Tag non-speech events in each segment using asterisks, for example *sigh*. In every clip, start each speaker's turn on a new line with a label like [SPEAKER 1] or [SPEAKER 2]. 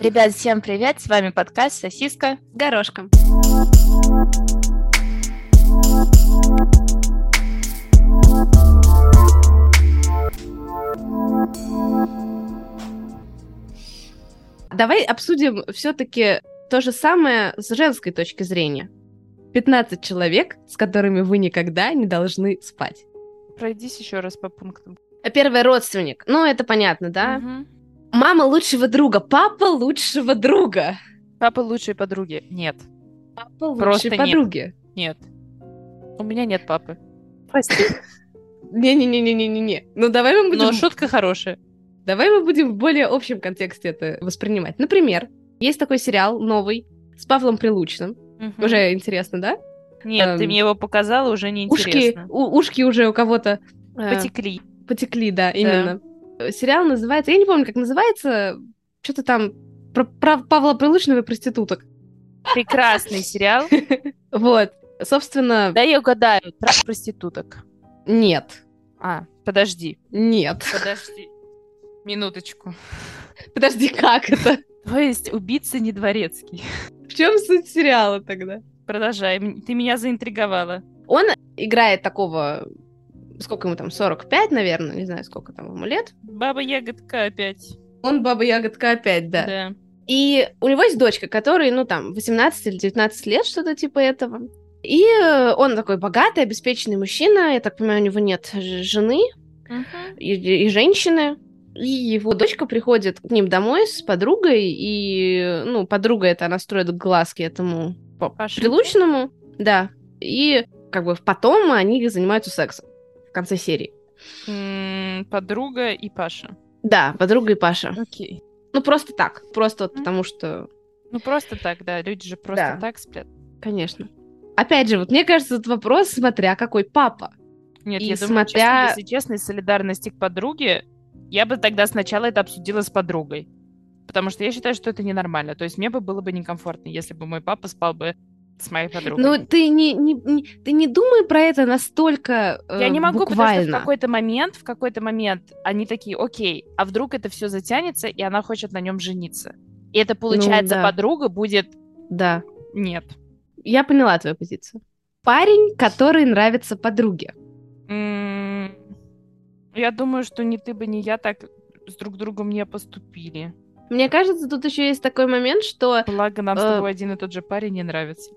[SPEAKER 1] Ребят, всем привет! С вами подкаст «Сосиска».
[SPEAKER 2] горошком. Давай обсудим все-таки то же самое с женской точки зрения. 15 человек, с которыми вы никогда не должны спать.
[SPEAKER 1] Пройдись еще раз по пунктам.
[SPEAKER 2] А Первый родственник. Ну, это понятно, да?
[SPEAKER 1] Мгм.
[SPEAKER 2] Мама лучшего друга, папа лучшего друга.
[SPEAKER 1] Папа лучшей подруги. Нет,
[SPEAKER 2] Папа лучшей
[SPEAKER 1] Просто нет.
[SPEAKER 2] подруги.
[SPEAKER 1] нет. У меня нет папы.
[SPEAKER 2] Прости. Не-не-не-не-не-не. Ну, давай мы будем...
[SPEAKER 1] Но шутка хорошая.
[SPEAKER 2] Давай мы будем в более общем контексте это воспринимать. Например, есть такой сериал новый с Павлом Прилучным. Уже интересно, да?
[SPEAKER 1] Нет, ты
[SPEAKER 2] эм,
[SPEAKER 1] мне его показала, уже не
[SPEAKER 2] Ушки,
[SPEAKER 1] интересно.
[SPEAKER 2] у- ушки уже у кого-то э,
[SPEAKER 1] Потекли.
[SPEAKER 2] потекли, да, именно. Э, Сериал называется, я не помню, как называется, что-то там про, про Павла Прилучного и проституток.
[SPEAKER 1] Прекрасный
[SPEAKER 2] *laughs*
[SPEAKER 1] сериал.
[SPEAKER 2] Вот, собственно,
[SPEAKER 1] Да я угадаю. Про проституток.
[SPEAKER 2] нет,
[SPEAKER 1] А, подожди.
[SPEAKER 2] нет. *laughs*
[SPEAKER 1] Подожди. Минуточку.
[SPEAKER 2] Подожди, как это?
[SPEAKER 1] То есть убийца не дворецкий.
[SPEAKER 2] В чем суть сериала тогда?
[SPEAKER 1] Продолжай. м- Ты меня заинтриговала.
[SPEAKER 2] Он играет такого, сколько ему там, 45, наверное, не знаю, сколько там ему лет.
[SPEAKER 1] Баба ягодка опять.
[SPEAKER 2] Он баба ягодка опять, да.
[SPEAKER 1] Да.
[SPEAKER 2] И у него есть дочка, которой, ну, там, 18 или 19 лет, что-то типа этого. И э, он такой богатый, обеспеченный мужчина. Я так понимаю, у него нет ж- жены
[SPEAKER 1] Мгм.
[SPEAKER 2] и, и женщины. И его дочка приходит к ним домой с подругой, и, ну, подруга это она строит глазки этому по-
[SPEAKER 1] Пашеньке.
[SPEAKER 2] прилучному, да. И как бы потом они занимаются сексом в конце серии.
[SPEAKER 1] М, Подруга и Паша.
[SPEAKER 2] Да, подруга и Паша.
[SPEAKER 1] Окей.
[SPEAKER 2] Ну, просто так. Просто вот
[SPEAKER 1] Мгм.
[SPEAKER 2] потому что
[SPEAKER 1] Ну просто так, да. Люди же просто
[SPEAKER 2] Да.
[SPEAKER 1] так сплят.
[SPEAKER 2] Конечно. Опять же, вот мне кажется, этот вопрос, смотря какой папа.
[SPEAKER 1] Нет,
[SPEAKER 2] И
[SPEAKER 1] я думаю, честно,
[SPEAKER 2] смотря-
[SPEAKER 1] если честно, из солидарности к подруге, я бы тогда сначала это обсудила с подругой. Потому что я считаю, что это ненормально. То есть мне бы было бы некомфортно, если бы мой папа спал бы с моей подругой.
[SPEAKER 2] Ну, ты не, не- не- ты не думай про это настолько э,
[SPEAKER 1] я не могу, потому что в
[SPEAKER 2] буквально.
[SPEAKER 1] какой-то момент, в какой-то момент они такие, окей, а вдруг это все затянется, и она хочет на нем жениться. И это получается,
[SPEAKER 2] Ну да.
[SPEAKER 1] подруга будет
[SPEAKER 2] Да,
[SPEAKER 1] нет.
[SPEAKER 2] я поняла твою позицию. Парень, который нравится подруге.
[SPEAKER 1] М, Я думаю, что ни ты бы, ни я так с друг другом не поступили.
[SPEAKER 2] Мне кажется, тут еще есть такой момент, что,
[SPEAKER 1] Благо, нам с
[SPEAKER 2] Э.
[SPEAKER 1] тобой один и тот же парень не нравится.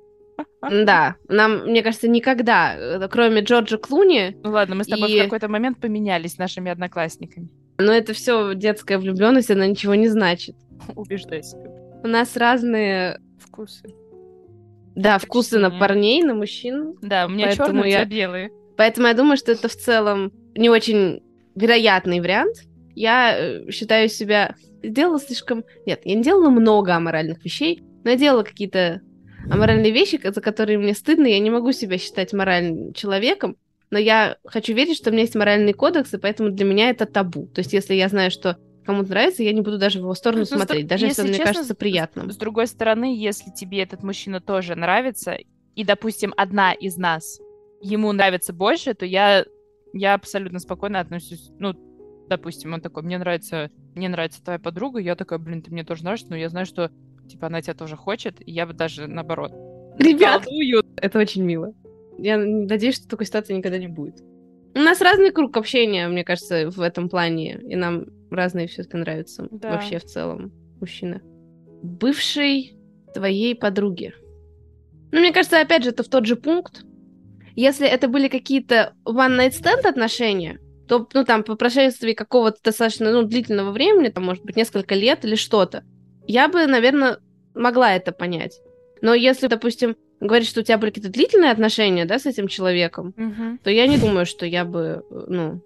[SPEAKER 1] А?
[SPEAKER 2] да, нам, мне кажется, никогда, э, кроме Джорджа Клуни,
[SPEAKER 1] Ну ладно, мы с тобой
[SPEAKER 2] И-
[SPEAKER 1] в какой-то момент поменялись нашими одноклассниками. *laughs*
[SPEAKER 2] но это все детская влюбленность, она ничего не значит.
[SPEAKER 1] Убеждай себя.
[SPEAKER 2] У нас разные,
[SPEAKER 1] Вкусы.
[SPEAKER 2] да, вкусы на
[SPEAKER 1] Предпочтения.
[SPEAKER 2] парней, на мужчин,
[SPEAKER 1] Да, у меня
[SPEAKER 2] Поэтому
[SPEAKER 1] черные, у тебя
[SPEAKER 2] я-
[SPEAKER 1] белые.
[SPEAKER 2] Поэтому я думаю, что это в целом не очень вероятный вариант. Я э, считаю себя... Сделала слишком... Нет, я не делала много аморальных вещей, но я делала какие-то аморальные вещи, ко- за которые мне стыдно. Я не могу себя считать моральным человеком, но я хочу верить, что у меня есть моральный кодекс, и поэтому для меня это табу. То есть если я знаю, что кому-то нравится, я не буду даже в его сторону
[SPEAKER 1] Ну, с друг-
[SPEAKER 2] смотреть, даже
[SPEAKER 1] если
[SPEAKER 2] если, он мне
[SPEAKER 1] честно,
[SPEAKER 2] кажется
[SPEAKER 1] с-
[SPEAKER 2] приятным.
[SPEAKER 1] С другой стороны, если тебе этот мужчина тоже нравится, и, допустим, одна из нас ему нравится больше, то я, я абсолютно спокойно отношусь. Ну, допустим, он такой, мне нравится, мне нравится твоя подруга, я такая, блин, ты мне тоже нравишься, но я знаю, что типа она тебя тоже хочет, и я бы даже наоборот.
[SPEAKER 2] Ребят, это очень мило. Я надеюсь, что такой ситуации никогда не будет. У нас разный круг общения, мне кажется, в этом плане. И нам разные все-таки нравятся
[SPEAKER 1] Да.
[SPEAKER 2] вообще в целом мужчины. Бывший твоей подруги. Ну, мне кажется, опять же, это в тот же пункт. Если это были какие-то one-night stand отношения, то, ну, там, по прошествии какого-то достаточно, ну, длительного времени, там, может быть, несколько лет или что-то, я бы, наверное, могла это понять. Но если, допустим, говорить, что у тебя были какие-то длительные отношения, да, с этим человеком, то я не думаю, что я бы, э, ну...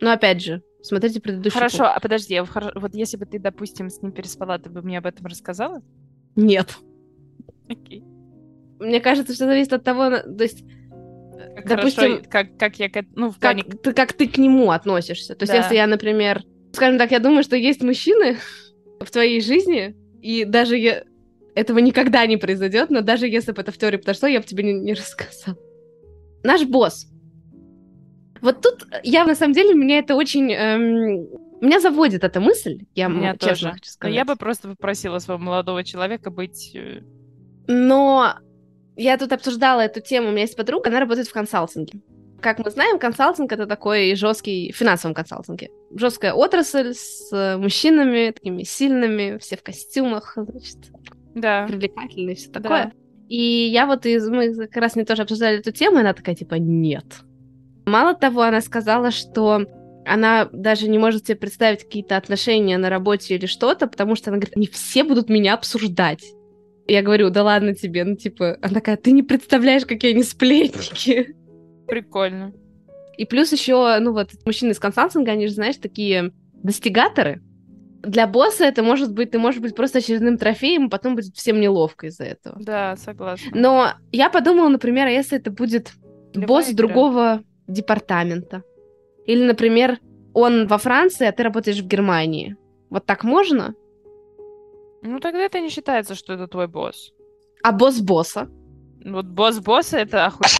[SPEAKER 2] Ну, опять же, смотрите предыдущий
[SPEAKER 1] Хорошо,
[SPEAKER 2] пункт.
[SPEAKER 1] а подожди, а вот хоро- вот если бы ты, допустим, с ним переспала, ты бы мне об этом рассказала?
[SPEAKER 2] Нет.
[SPEAKER 1] Окей.
[SPEAKER 2] Мне кажется, все зависит от того, на- то есть,
[SPEAKER 1] Как
[SPEAKER 2] Допустим,
[SPEAKER 1] хорошо, как, как я к эт- ну, в
[SPEAKER 2] как,
[SPEAKER 1] плане...
[SPEAKER 2] ты, как ты к нему относишься. То есть,
[SPEAKER 1] Да.
[SPEAKER 2] если я, например... Скажем так, я думаю, что есть мужчины *laughs* в твоей жизни, и даже я... Этого никогда не произойдет, но даже если бы это в теории произошло, я бы тебе не, не рассказала. Наш босс. Вот тут я на самом деле меня это очень эм, меня заводит эта мысль. Я м-
[SPEAKER 1] Меня
[SPEAKER 2] честно
[SPEAKER 1] тоже.
[SPEAKER 2] хочу
[SPEAKER 1] Но
[SPEAKER 2] сказать.
[SPEAKER 1] Ну, я бы просто попросила своего молодого человека быть... э,
[SPEAKER 2] Но я тут обсуждала эту тему. У меня есть подруга, она работает в консалтинге. Как мы знаем, консалтинг это такой жесткий в финансовом консалтинге. Жесткая отрасль с э, мужчинами, такими сильными, все в костюмах, значит,
[SPEAKER 1] Да.
[SPEAKER 2] привлекательные, все
[SPEAKER 1] Да.
[SPEAKER 2] такое. И я вот из мы как раз не тоже обсуждали эту тему, и она такая типа нет. Мало того, она сказала, что она даже не может себе представить какие-то отношения на работе или что-то, потому что она говорит, не все будут меня обсуждать. Я говорю, да ладно тебе, ну типа, она такая, ты не представляешь, какие они сплетники.
[SPEAKER 1] Прикольно.
[SPEAKER 2] И плюс еще, ну вот, мужчины из консалтинга, они же, знаешь, такие достигаторы. Для босса это может быть, ты можешь быть просто очередным трофеем, и потом будет всем неловко из-за этого.
[SPEAKER 1] Да, согласна.
[SPEAKER 2] Но я подумала, например, а если это будет
[SPEAKER 1] Любая
[SPEAKER 2] босс
[SPEAKER 1] игра.
[SPEAKER 2] другого департамента. Или, например, он во Франции, а ты работаешь в Германии. Вот так можно?
[SPEAKER 1] Ну, тогда это не считается, что это твой босс. Ну,
[SPEAKER 2] А босс босса?
[SPEAKER 1] Вот босс босса это охуенно.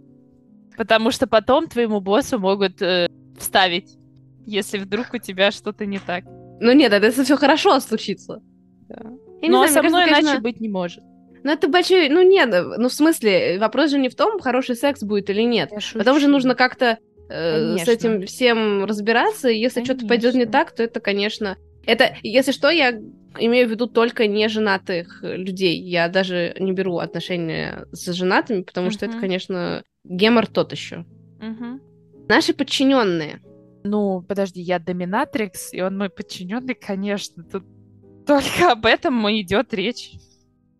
[SPEAKER 1] Потому что потом твоему боссу могут э, вставить, если вдруг у тебя что-то не так.
[SPEAKER 2] Ну нет, это если все хорошо случится. Я не
[SPEAKER 1] Но Ну, а
[SPEAKER 2] знаю, мне
[SPEAKER 1] со
[SPEAKER 2] кажется,
[SPEAKER 1] мной
[SPEAKER 2] конечно,
[SPEAKER 1] иначе быть не может.
[SPEAKER 2] Ну это большой... Ну нет, ну в смысле, вопрос же не в том, хороший секс будет или нет. Потом же нужно как-то э, с
[SPEAKER 1] Конечно.
[SPEAKER 2] этим всем разбираться. и Если что-то пойдет не
[SPEAKER 1] Конечно.
[SPEAKER 2] так, то это, конечно. Это, если что, я имею в виду только неженатых людей. Я даже не беру отношения с женатыми, потому что это,
[SPEAKER 1] Мгм.
[SPEAKER 2] конечно, гемор тот еще.
[SPEAKER 1] Мгм.
[SPEAKER 2] Наши подчиненные.
[SPEAKER 1] Ну, подожди, я доминатрикс, и он мой подчиненный, конечно. Тут только об этом и идет речь.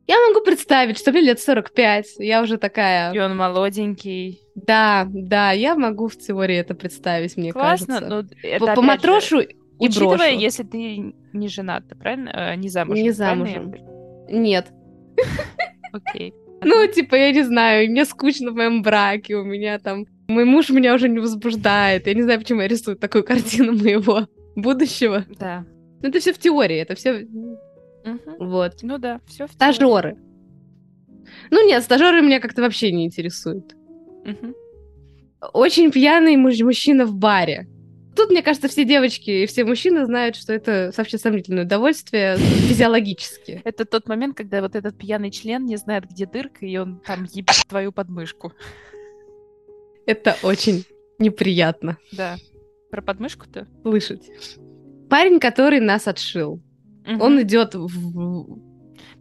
[SPEAKER 2] Я могу представить, что мне лет 45. Я уже такая.
[SPEAKER 1] И он молоденький.
[SPEAKER 2] Да, да, я могу в теории это представить, мне
[SPEAKER 1] Классно,
[SPEAKER 2] кажется.
[SPEAKER 1] но это
[SPEAKER 2] По-
[SPEAKER 1] опять
[SPEAKER 2] По
[SPEAKER 1] же,
[SPEAKER 2] матрошу и
[SPEAKER 1] учитывая,
[SPEAKER 2] брошу.
[SPEAKER 1] если ты не женат, ты правильно? Э, не замужем.
[SPEAKER 2] Не
[SPEAKER 1] правильно я
[SPEAKER 2] замужем.
[SPEAKER 1] говорю?
[SPEAKER 2] Нет.
[SPEAKER 1] Окей.
[SPEAKER 2] Ну, типа, я не знаю, мне скучно в моем браке, у меня там... Мой муж меня уже не возбуждает. Я не знаю, почему я рисую такую *laughs* картину моего будущего.
[SPEAKER 1] Да.
[SPEAKER 2] Но это все в теории, это все...
[SPEAKER 1] Мгм.
[SPEAKER 2] Вот.
[SPEAKER 1] Ну да, все в теории.
[SPEAKER 2] Стажеры. Ну нет, стажеры меня как-то вообще не интересуют.
[SPEAKER 1] Мгм.
[SPEAKER 2] Очень пьяный муж- мужчина в баре. Тут, мне кажется, все девочки и все мужчины знают, что это вообще сомнительное удовольствие физиологически.
[SPEAKER 1] Это тот момент, когда вот этот пьяный член не знает, где дырка, и он там ебет твою подмышку.
[SPEAKER 2] Это очень неприятно
[SPEAKER 1] Да. Про подмышку-то?
[SPEAKER 2] слышать. Парень, который нас отшил.
[SPEAKER 1] Мгм.
[SPEAKER 2] Он идет в...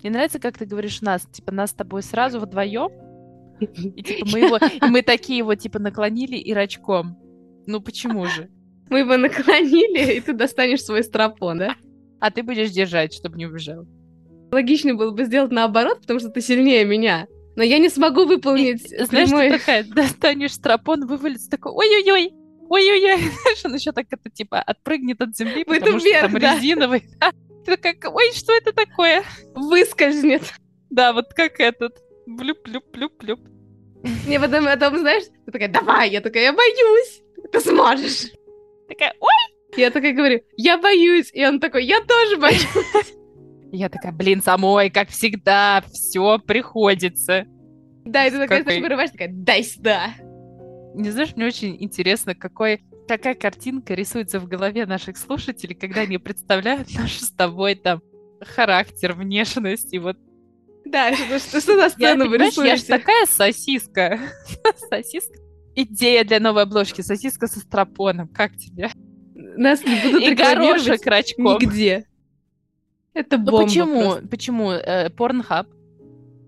[SPEAKER 1] Мне нравится, как ты говоришь нас. Типа нас с тобой сразу вдвоем. И типа
[SPEAKER 2] *laughs*
[SPEAKER 1] мы его... И мы такие его типа наклонили и рачком. Ну почему же?
[SPEAKER 2] Мы его наклонили, и ты достанешь свой страпон, да?
[SPEAKER 1] А ты будешь держать, чтобы не убежал.
[SPEAKER 2] Логично было бы сделать наоборот, потому что ты сильнее меня. Но я не смогу выполнить
[SPEAKER 1] Знаешь,
[SPEAKER 2] прямой-
[SPEAKER 1] ты такая, *laughs* достанешь стропон, вывалится такой, ой-ой-ой, ой-ой-ой. *laughs* Знаешь, он еще так это типа отпрыгнет от земли,
[SPEAKER 2] Будет
[SPEAKER 1] потому что там
[SPEAKER 2] вверх, да.
[SPEAKER 1] резиновый. *laughs* А Ты как, ой, что это такое?
[SPEAKER 2] выскользнет.
[SPEAKER 1] Да, вот как этот. Блюп-блюп-блюп-блюп.
[SPEAKER 2] Мне потом, а потом, знаешь, ты такая, давай, я такая, я боюсь, ты сможешь.
[SPEAKER 1] Такая, ой!
[SPEAKER 2] Я такая говорю, я боюсь, и он такой, я тоже боюсь.
[SPEAKER 1] Я такая, блин, самой, как всегда, все приходится.
[SPEAKER 2] Да, и ты такая,
[SPEAKER 1] Какой?
[SPEAKER 2] знаешь, вырываешь, такая, дай сюда.
[SPEAKER 1] Не знаешь, мне очень интересно, какой, какая картинка рисуется в голове наших слушателей, когда они представляют *laughs* нашу с тобой там характер, внешность и вот...
[SPEAKER 2] Да, что, что, что за
[SPEAKER 1] Я,
[SPEAKER 2] сцену
[SPEAKER 1] ты
[SPEAKER 2] вы
[SPEAKER 1] понимаешь, я ж
[SPEAKER 2] рисуете?
[SPEAKER 1] такая сосиска. *laughs* Сосиска. Идея для новой обложки. Сосиска со стропоном. Как тебе?
[SPEAKER 2] Нас не будут
[SPEAKER 1] И
[SPEAKER 2] рекламировать
[SPEAKER 1] горошек рачком.
[SPEAKER 2] нигде. Это
[SPEAKER 1] Ну
[SPEAKER 2] бомба
[SPEAKER 1] почему?
[SPEAKER 2] просто.
[SPEAKER 1] Почему э, Pornhub?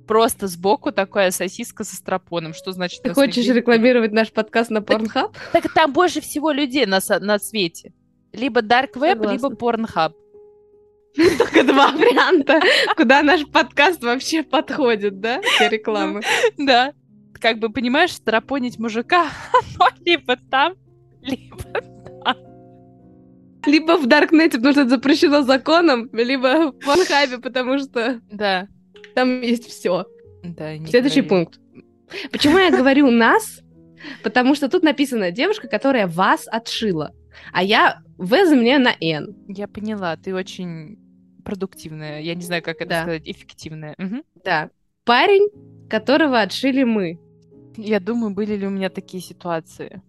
[SPEAKER 1] Просто сбоку такая сосиска со стропоном. Что значит?
[SPEAKER 2] Ты
[SPEAKER 1] нас нигде
[SPEAKER 2] хочешь
[SPEAKER 1] не будет?
[SPEAKER 2] рекламировать наш подкаст на Pornhub?
[SPEAKER 1] Так там больше всего людей на, со- на свете. Либо Dark Web,
[SPEAKER 2] Согласна.
[SPEAKER 1] либо Pornhub.
[SPEAKER 2] Только два *laughs* варианта, куда наш подкаст вообще подходит, да,
[SPEAKER 1] Ну.
[SPEAKER 2] для рекламы.
[SPEAKER 1] *laughs* Да. Как бы, понимаешь, стропонить мужика, *laughs* оно либо там, либо...
[SPEAKER 2] Либо в Даркнете, потому что это запрещено законом, либо в Порнхабе, потому что
[SPEAKER 1] Да.
[SPEAKER 2] там есть все.
[SPEAKER 1] Да, не
[SPEAKER 2] Следующий
[SPEAKER 1] говори.
[SPEAKER 2] пункт. Почему я говорю «нас»? Потому что тут написано «девушка, которая вас отшила», а я «в» заменяю на «н».
[SPEAKER 1] Я поняла, ты очень продуктивная. Я не знаю, как это
[SPEAKER 2] Да.
[SPEAKER 1] сказать. Эффективная. Мгм.
[SPEAKER 2] Да. Парень, которого отшили мы.
[SPEAKER 1] Я думаю, были ли у меня такие ситуации.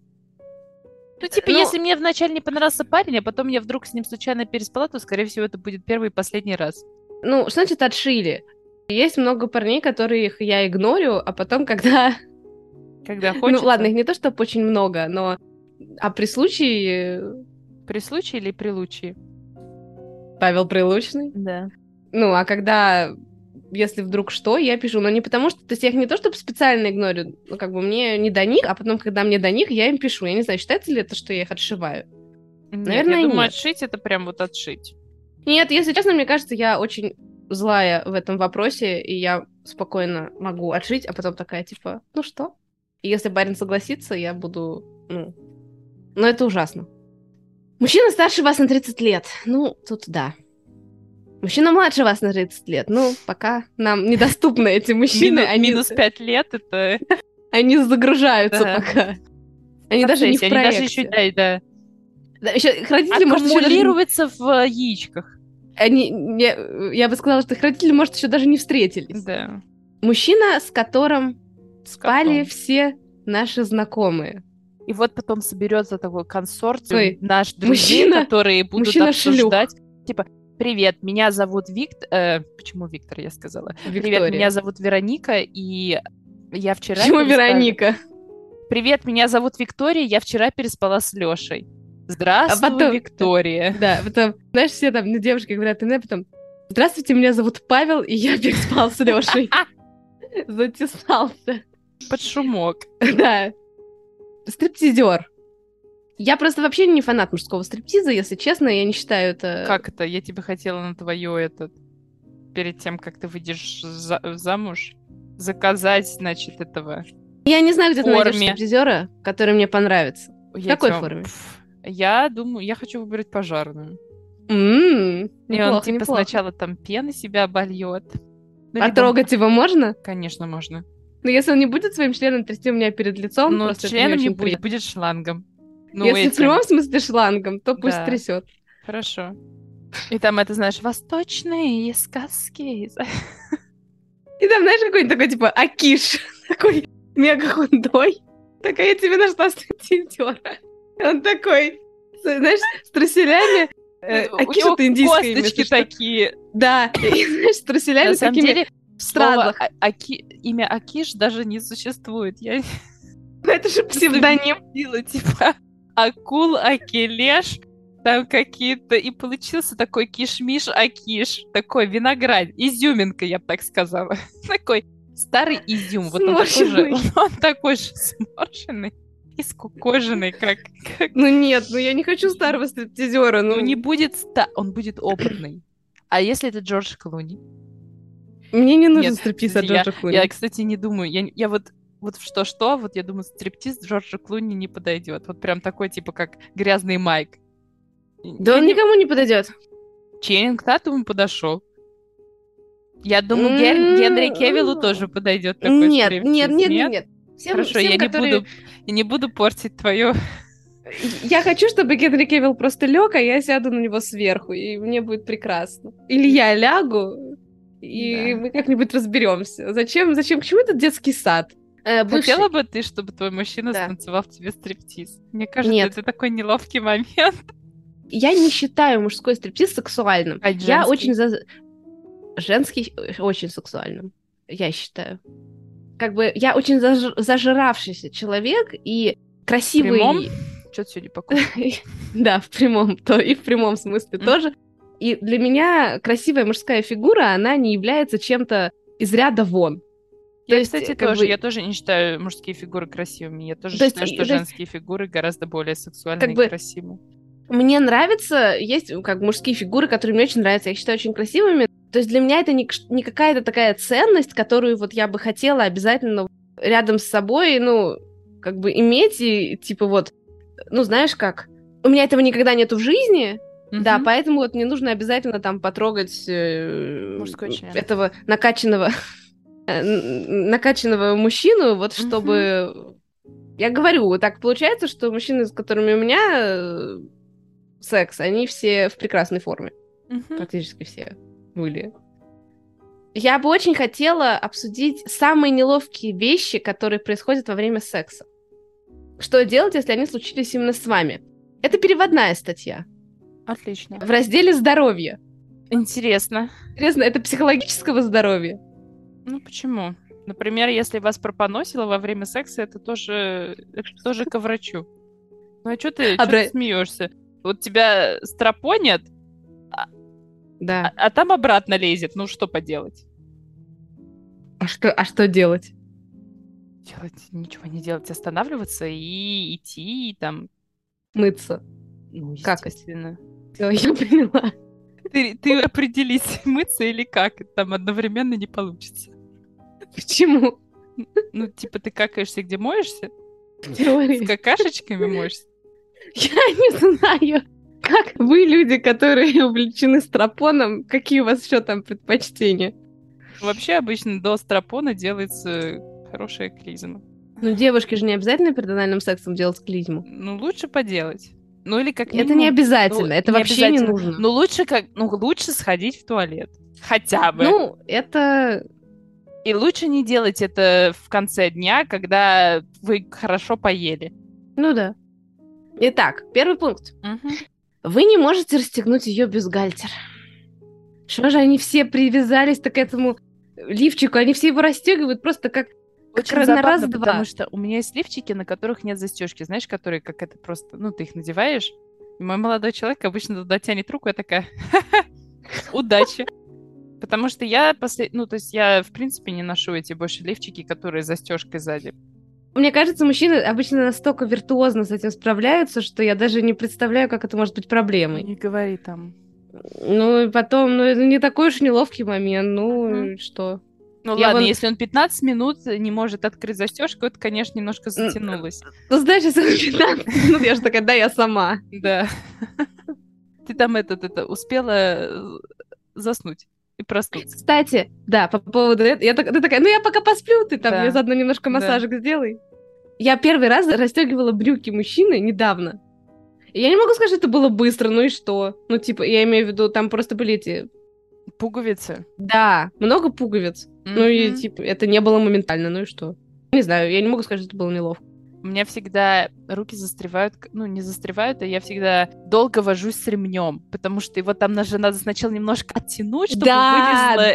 [SPEAKER 1] Ну, типа,
[SPEAKER 2] Ну-
[SPEAKER 1] если мне вначале не понравился парень, а потом я вдруг с ним случайно переспала, то, скорее всего, это будет первый и последний раз.
[SPEAKER 2] Ну, что значит отшили? Есть много парней, которых я игнорю, а потом, когда... *laughs*
[SPEAKER 1] Когда хочется.
[SPEAKER 2] Ну, ладно, их не то, чтобы очень много, но... А при случае... э,
[SPEAKER 1] При случае или при лучи?
[SPEAKER 2] Павел Прилучный.
[SPEAKER 1] Да.
[SPEAKER 2] Ну, а когда... Если вдруг что, я пишу. Но не потому что... То есть я их не то, чтобы специально игнорю. Ну, как бы мне не до них, а потом, когда мне до них, я им пишу. Я не знаю, считается ли это, что я их отшиваю. Наверное,
[SPEAKER 1] я думаю,
[SPEAKER 2] нет.
[SPEAKER 1] отшить это прям вот отшить.
[SPEAKER 2] Нет, если честно, мне кажется, я очень злая в этом вопросе, и я спокойно могу отжить, а потом такая, типа, ну что? И если барин согласится, я буду, ну... Но это ужасно. Мужчина старше вас на 30 лет. Ну, тут да. Мужчина младше вас на 30 лет. Ну, пока нам недоступны эти
[SPEAKER 1] *laughs*
[SPEAKER 2] мужчины.
[SPEAKER 1] Мину-
[SPEAKER 2] они,
[SPEAKER 1] Минус пять лет это...
[SPEAKER 2] они загружаются
[SPEAKER 1] Да.
[SPEAKER 2] пока. Они даже не в
[SPEAKER 1] процессе, Они даже еще,
[SPEAKER 2] проекте.
[SPEAKER 1] да, и да.
[SPEAKER 2] Да, еще их родители, может, еще даже не
[SPEAKER 1] Аккумулируется в э, яичках.
[SPEAKER 2] Они, не- я бы сказала, что их родители, может, еще даже не встретились.
[SPEAKER 1] Да.
[SPEAKER 2] Мужчина, с которым
[SPEAKER 1] С
[SPEAKER 2] спали
[SPEAKER 1] котом.
[SPEAKER 2] все наши знакомые.
[SPEAKER 1] И вот потом соберется такой консорциум
[SPEAKER 2] Ой,
[SPEAKER 1] наш друзей,
[SPEAKER 2] мужчина-
[SPEAKER 1] которые будут
[SPEAKER 2] мужчина-шлюх.
[SPEAKER 1] обсуждать. Типа, привет, меня зовут Виктор. почему Виктор, я сказала? Привет, меня зовут Вероника, и я вчера...
[SPEAKER 2] Почему
[SPEAKER 1] переспала-
[SPEAKER 2] Вероника?
[SPEAKER 1] Привет, меня зовут Виктория, я вчера переспала с Лешей. Здравствуй,
[SPEAKER 2] А потом-
[SPEAKER 1] Виктория.
[SPEAKER 2] Да, потом, знаешь, все там, ну, девушки говорят, и потом, здравствуйте, меня зовут Павел, и я *laughs* переспал
[SPEAKER 1] *laughs*
[SPEAKER 2] с Лешей. Затесался.
[SPEAKER 1] Под шумок.
[SPEAKER 2] Да. Стриптизер. Я просто вообще не фанат мужского стриптиза, если честно, я не считаю это...
[SPEAKER 1] Как это? Я тебе хотела на твое этот... Перед тем, как ты выйдешь за- замуж, заказать, значит, этого...
[SPEAKER 2] Я не знаю, где ты найдешь
[SPEAKER 1] форме.
[SPEAKER 2] стриптизера, который мне понравится.
[SPEAKER 1] Ой,
[SPEAKER 2] В
[SPEAKER 1] я
[SPEAKER 2] какой
[SPEAKER 1] тем-
[SPEAKER 2] форме?
[SPEAKER 1] Пф, Я думаю, я хочу выбрать пожарную.
[SPEAKER 2] М,
[SPEAKER 1] И он
[SPEAKER 2] М-м, неплохо,
[SPEAKER 1] типа
[SPEAKER 2] неплохо.
[SPEAKER 1] сначала там пены себя обольет. Ну,
[SPEAKER 2] А
[SPEAKER 1] либо-
[SPEAKER 2] трогать его можно?
[SPEAKER 1] Конечно, можно.
[SPEAKER 2] Но Ну, если он не будет своим членом трясти у меня перед лицом,
[SPEAKER 1] Но
[SPEAKER 2] просто это
[SPEAKER 1] Ну, членом
[SPEAKER 2] не
[SPEAKER 1] не
[SPEAKER 2] очень
[SPEAKER 1] будет, будет шлангом.
[SPEAKER 2] приятно.
[SPEAKER 1] Ну,
[SPEAKER 2] если в
[SPEAKER 1] этим.
[SPEAKER 2] прямом смысле шлангом, то пусть
[SPEAKER 1] Да.
[SPEAKER 2] трясет.
[SPEAKER 1] Хорошо. И там это, знаешь, восточные сказки.
[SPEAKER 2] И там, знаешь, какой-нибудь такой, типа, Акиш, *laughs* такой мега хундой. Такая, я тебе нашла стриптизера. И Он такой, с- знаешь, с труселями. Э,
[SPEAKER 1] Ну, У
[SPEAKER 2] Акиш
[SPEAKER 1] него
[SPEAKER 2] это индийское имя,
[SPEAKER 1] косточки
[SPEAKER 2] если что.
[SPEAKER 1] такие.
[SPEAKER 2] Да, и, знаешь, с труселями
[SPEAKER 1] На самом
[SPEAKER 2] такими
[SPEAKER 1] деле,
[SPEAKER 2] в страдлах.
[SPEAKER 1] слово А- Аки- имя Акиш даже не существует. Я
[SPEAKER 2] Ну, Это же псевдоним.
[SPEAKER 1] била, типа, акул, акелеш, там какие-то... И получился такой кишмиш акиш, такой виноград, изюминка, я бы так сказала. *laughs* Такой старый изюм. Вот он такой же,
[SPEAKER 2] Сморщенный.
[SPEAKER 1] *laughs* он такой же сморщенный и скукоженный, как... как-
[SPEAKER 2] Ну нет, ну я не хочу старого стриптизера. Ну,
[SPEAKER 1] Ну, не будет... ста- Он будет опытный. А если это Джордж Клуни?
[SPEAKER 2] мне не нужен
[SPEAKER 1] Нет,
[SPEAKER 2] стриптиз от
[SPEAKER 1] кстати,
[SPEAKER 2] Джорджа Клуни.
[SPEAKER 1] Я, кстати, не думаю. Я, я вот вот в что-что, вот я думаю, стриптиз Джорджа Клуни не подойдет. Вот прям такой, типа, как грязный Майк.
[SPEAKER 2] Да
[SPEAKER 1] Я
[SPEAKER 2] он
[SPEAKER 1] не-
[SPEAKER 2] никому не подойдет.
[SPEAKER 1] Ченнинг Татум подошел. Я думаю,
[SPEAKER 2] М,
[SPEAKER 1] Гер- Генри Кевиллу тоже подойдет такой
[SPEAKER 2] М-м-м. Нет,
[SPEAKER 1] стриптиз.
[SPEAKER 2] нет, нет, нет, нет. Всем,
[SPEAKER 1] Хорошо,
[SPEAKER 2] всем,
[SPEAKER 1] я не
[SPEAKER 2] которые-
[SPEAKER 1] буду, я не буду портить твое.
[SPEAKER 2] Я хочу, чтобы Генри Кевилл просто лег, а я сяду на него сверху, и мне будет прекрасно. Или я лягу, и
[SPEAKER 1] Да.
[SPEAKER 2] мы как-нибудь разберемся. Зачем, зачем, к чему этот детский сад? Э, бывший-
[SPEAKER 1] Хотела бы ты, чтобы твой мужчина
[SPEAKER 2] Да.
[SPEAKER 1] станцевал тебе стриптиз? Мне кажется,
[SPEAKER 2] Нет.
[SPEAKER 1] это такой неловкий момент.
[SPEAKER 2] Я не считаю мужской стриптиз сексуальным.
[SPEAKER 1] А
[SPEAKER 2] я
[SPEAKER 1] женский?
[SPEAKER 2] очень за... Женский очень сексуальным, я считаю. Как бы я очень заж- зажиравшийся человек, и красивый...
[SPEAKER 1] прямом? Что ты сегодня покушал?
[SPEAKER 2] *laughs* Да, в прямом, то и в прямом смысле
[SPEAKER 1] Мгм.
[SPEAKER 2] тоже. И для меня красивая мужская фигура, она не является чем-то из ряда вон. То
[SPEAKER 1] Я,
[SPEAKER 2] есть,
[SPEAKER 1] кстати,
[SPEAKER 2] как
[SPEAKER 1] тоже,
[SPEAKER 2] бы,
[SPEAKER 1] я тоже не считаю мужские фигуры красивыми. Я тоже
[SPEAKER 2] То есть- э,
[SPEAKER 1] считаю, что
[SPEAKER 2] то есть-
[SPEAKER 1] женские фигуры гораздо более сексуальные
[SPEAKER 2] Как
[SPEAKER 1] и
[SPEAKER 2] бы-
[SPEAKER 1] красивые.
[SPEAKER 2] Мне нравится, есть ну, как бы мужские фигуры, которые мне очень нравятся, я их считаю очень красивыми. То есть для меня это не, кш- не какая-то такая ценность, которую вот я бы хотела обязательно рядом с собой, ну, как бы иметь, и типа вот, ну, знаешь как, у меня этого никогда нету в жизни, Да,
[SPEAKER 1] Мгм.
[SPEAKER 2] поэтому вот мне нужно обязательно там потрогать э,
[SPEAKER 1] Мужской член.
[SPEAKER 2] этого накачанного *laughs* э, н- накачанного мужчину, вот
[SPEAKER 1] Мгм.
[SPEAKER 2] чтобы... Я говорю, вот так получается, что мужчины, с которыми у меня э, секс, они все в прекрасной форме.
[SPEAKER 1] Мгм.
[SPEAKER 2] Практически все были. Я бы очень хотела обсудить самые неловкие вещи, которые происходят во время секса. Что делать, если они случились именно с вами? Это переводная статья
[SPEAKER 1] Отлично.
[SPEAKER 2] в разделе «Здоровье».
[SPEAKER 1] Интересно.
[SPEAKER 2] Интересно, это психологического здоровья?
[SPEAKER 1] Ну почему? Например, если вас пропоносило во время секса, это тоже, это тоже ко врачу. Ну а что ты, чё
[SPEAKER 2] бра-
[SPEAKER 1] ты смеешься? Вот тебя стропонят, а,
[SPEAKER 2] Да.
[SPEAKER 1] а там обратно лезет. Ну что поделать?
[SPEAKER 2] А что, а что делать?
[SPEAKER 1] Делать ничего не делать, останавливаться и идти и там.
[SPEAKER 2] Мыться.
[SPEAKER 1] Ну,
[SPEAKER 2] Как?
[SPEAKER 1] естественно.
[SPEAKER 2] Всё, я поняла. *laughs*
[SPEAKER 1] Ты, ты определись, *laughs* мыться или как. Там одновременно не получится.
[SPEAKER 2] Почему?
[SPEAKER 1] Ну, типа, ты какаешься, где *laughs* моешься,
[SPEAKER 2] Теория.
[SPEAKER 1] с какашечками моешься.
[SPEAKER 2] Я не знаю, как вы, люди, которые *laughs* увлечены стропоном, какие у вас еще там предпочтения?
[SPEAKER 1] Вообще обычно до стропона делается хорошая клизма.
[SPEAKER 2] Ну, девушке же не обязательно перед анальным сексом делать клизму.
[SPEAKER 1] Ну, лучше поделать. Ну, или как
[SPEAKER 2] Это не
[SPEAKER 1] минимум-
[SPEAKER 2] обязательно,
[SPEAKER 1] ну,
[SPEAKER 2] это
[SPEAKER 1] не
[SPEAKER 2] вообще не
[SPEAKER 1] обязательно.
[SPEAKER 2] нужно.
[SPEAKER 1] Ну, лучше как... Ну, лучше сходить в туалет. Хотя бы.
[SPEAKER 2] Ну, это...
[SPEAKER 1] И лучше не делать это в конце дня, когда вы хорошо поели.
[SPEAKER 2] Ну да. Итак, первый пункт. Вы не можете расстегнуть ее бюстгальтер. Что же они все привязались к этому лифчику? Они все его расстегивают просто как...
[SPEAKER 1] Очень
[SPEAKER 2] раз на
[SPEAKER 1] забавно,
[SPEAKER 2] раз-два.
[SPEAKER 1] потому что у меня есть лифчики, на которых нет застежки, знаешь, которые как это просто, ну, ты их надеваешь, и мой молодой человек обычно туда тянет руку, я такая, *laughs* удачи. Потому что я после, ну, то есть я, в принципе, не ношу эти больше лифчики, которые с застежкой сзади.
[SPEAKER 2] Мне кажется, мужчины обычно настолько виртуозно с этим справляются, что я даже не представляю, как это может быть проблемой.
[SPEAKER 1] Не говори там.
[SPEAKER 2] Ну, и потом, ну, это не такой уж неловкий момент, ну,
[SPEAKER 1] Мгм.
[SPEAKER 2] и что?
[SPEAKER 1] Ну
[SPEAKER 2] Я
[SPEAKER 1] ладно,
[SPEAKER 2] вон-
[SPEAKER 1] если он 15 минут не может открыть застежку, это, конечно,
[SPEAKER 2] э,
[SPEAKER 1] немножко затянулось.
[SPEAKER 2] Ну, знаешь, если он *laughs* 15 минут, Ну, я же такая, да, я сама.
[SPEAKER 1] Да. *laughs* Ты там этот, это, успела э, заснуть и проснуться.
[SPEAKER 2] Кстати, да, по поводу этого, я так- ты такая, ну, я пока посплю, ты там
[SPEAKER 1] Да.
[SPEAKER 2] мне заодно немножко
[SPEAKER 1] Да.
[SPEAKER 2] массажик сделай. Я первый раз расстегивала брюки мужчины недавно. И я не могу сказать, что это было быстро, ну и что? Ну, типа, я имею в виду, там просто были эти...
[SPEAKER 1] Пуговицы.
[SPEAKER 2] Да, много пуговиц. Ну и
[SPEAKER 1] Мгм.
[SPEAKER 2] типа, это не было моментально, ну и что? Не знаю, я не могу сказать, что это было неловко.
[SPEAKER 1] У меня всегда руки застревают, к- ну, не застревают, а я всегда долго вожусь с ремнем, потому что его там даже надо сначала немножко оттянуть, чтобы вылезло- э,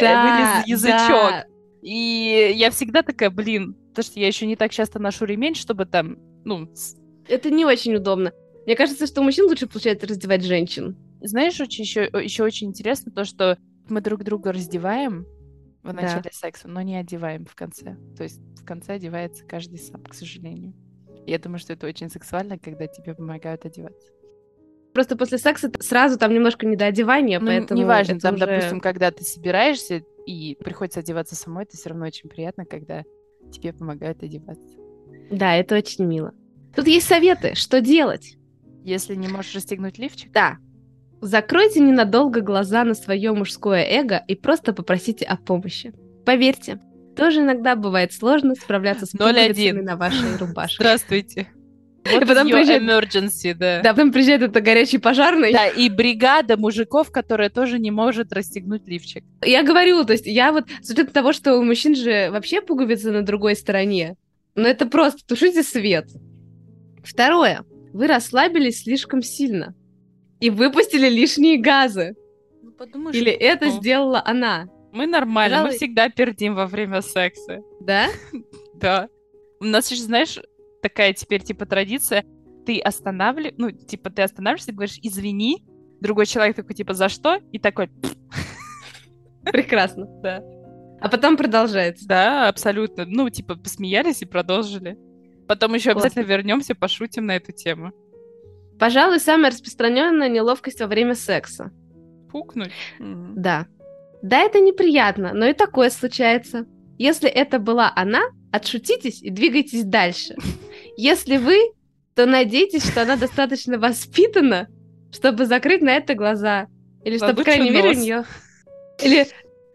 [SPEAKER 1] вылез язычок. И я всегда такая, блин, потому что я еще не так часто ношу ремень, чтобы там, ну, с-
[SPEAKER 2] Это не очень удобно. Мне кажется, что у мужчин лучше получается раздевать женщин.
[SPEAKER 1] знаешь, очень, еще, еще очень интересно то, что мы друг друга раздеваем в
[SPEAKER 2] Да.
[SPEAKER 1] начале секса, но не одеваем в конце. То есть в конце одевается каждый сам, к сожалению. Я думаю, что это очень сексуально, когда тебе помогают одеваться.
[SPEAKER 2] Просто после секса т- сразу там немножко недоодевание,
[SPEAKER 1] Ну,
[SPEAKER 2] поэтому...
[SPEAKER 1] неважно,
[SPEAKER 2] это
[SPEAKER 1] там,
[SPEAKER 2] уже-
[SPEAKER 1] допустим, когда ты собираешься и приходится одеваться самой, это все равно очень приятно, когда тебе помогают одеваться.
[SPEAKER 2] Да, это очень мило. Тут есть советы, что делать.
[SPEAKER 1] Если не можешь расстегнуть лифчик,
[SPEAKER 2] Да. Закройте ненадолго глаза на свое мужское эго и просто попросите о помощи. Поверьте, тоже иногда бывает сложно справляться с
[SPEAKER 1] 0-1.
[SPEAKER 2] пуговицами на вашей рубашке.
[SPEAKER 1] здравствуйте. *laughs* Вот
[SPEAKER 2] потом
[SPEAKER 1] её
[SPEAKER 2] приезжает-
[SPEAKER 1] emergency, да.
[SPEAKER 2] Да, потом приезжает это горячий пожарный.
[SPEAKER 1] Да, и бригада мужиков, которая тоже не может расстегнуть лифчик.
[SPEAKER 2] Я говорю, то есть я вот, с учетом того, что у мужчин же вообще пуговицы на другой стороне, но это просто тушите свет. Второе. Вы расслабились слишком сильно и выпустили лишние газы. Или это
[SPEAKER 1] сделать?
[SPEAKER 2] сделала она,
[SPEAKER 1] Мы нормально, мы
[SPEAKER 2] Пожалуй.
[SPEAKER 1] всегда пердим во время секса.
[SPEAKER 2] да?
[SPEAKER 1] Да. У нас еще, знаешь, такая теперь типа традиция. Ты останавливаешь, ну, типа, ты останавливаешься и говоришь, извини. Другой человек такой, типа, за что? И такой,
[SPEAKER 2] Прекрасно.
[SPEAKER 1] Да.
[SPEAKER 2] А потом продолжается.
[SPEAKER 1] да, абсолютно. Ну, типа, посмеялись и продолжили. Потом еще обязательно вернемся, пошутим на эту тему.
[SPEAKER 2] Пожалуй, самая распространенная неловкость во время секса.
[SPEAKER 1] Пукнуть. М.
[SPEAKER 2] Да. Да, это неприятно, но и такое случается. Если это была она, отшутитесь и двигайтесь дальше. Если вы, то надейтесь, что она достаточно воспитана, чтобы закрыть на это глаза. Или что, по
[SPEAKER 1] Лучше
[SPEAKER 2] крайней мере, у
[SPEAKER 1] нос.
[SPEAKER 2] нее... Или,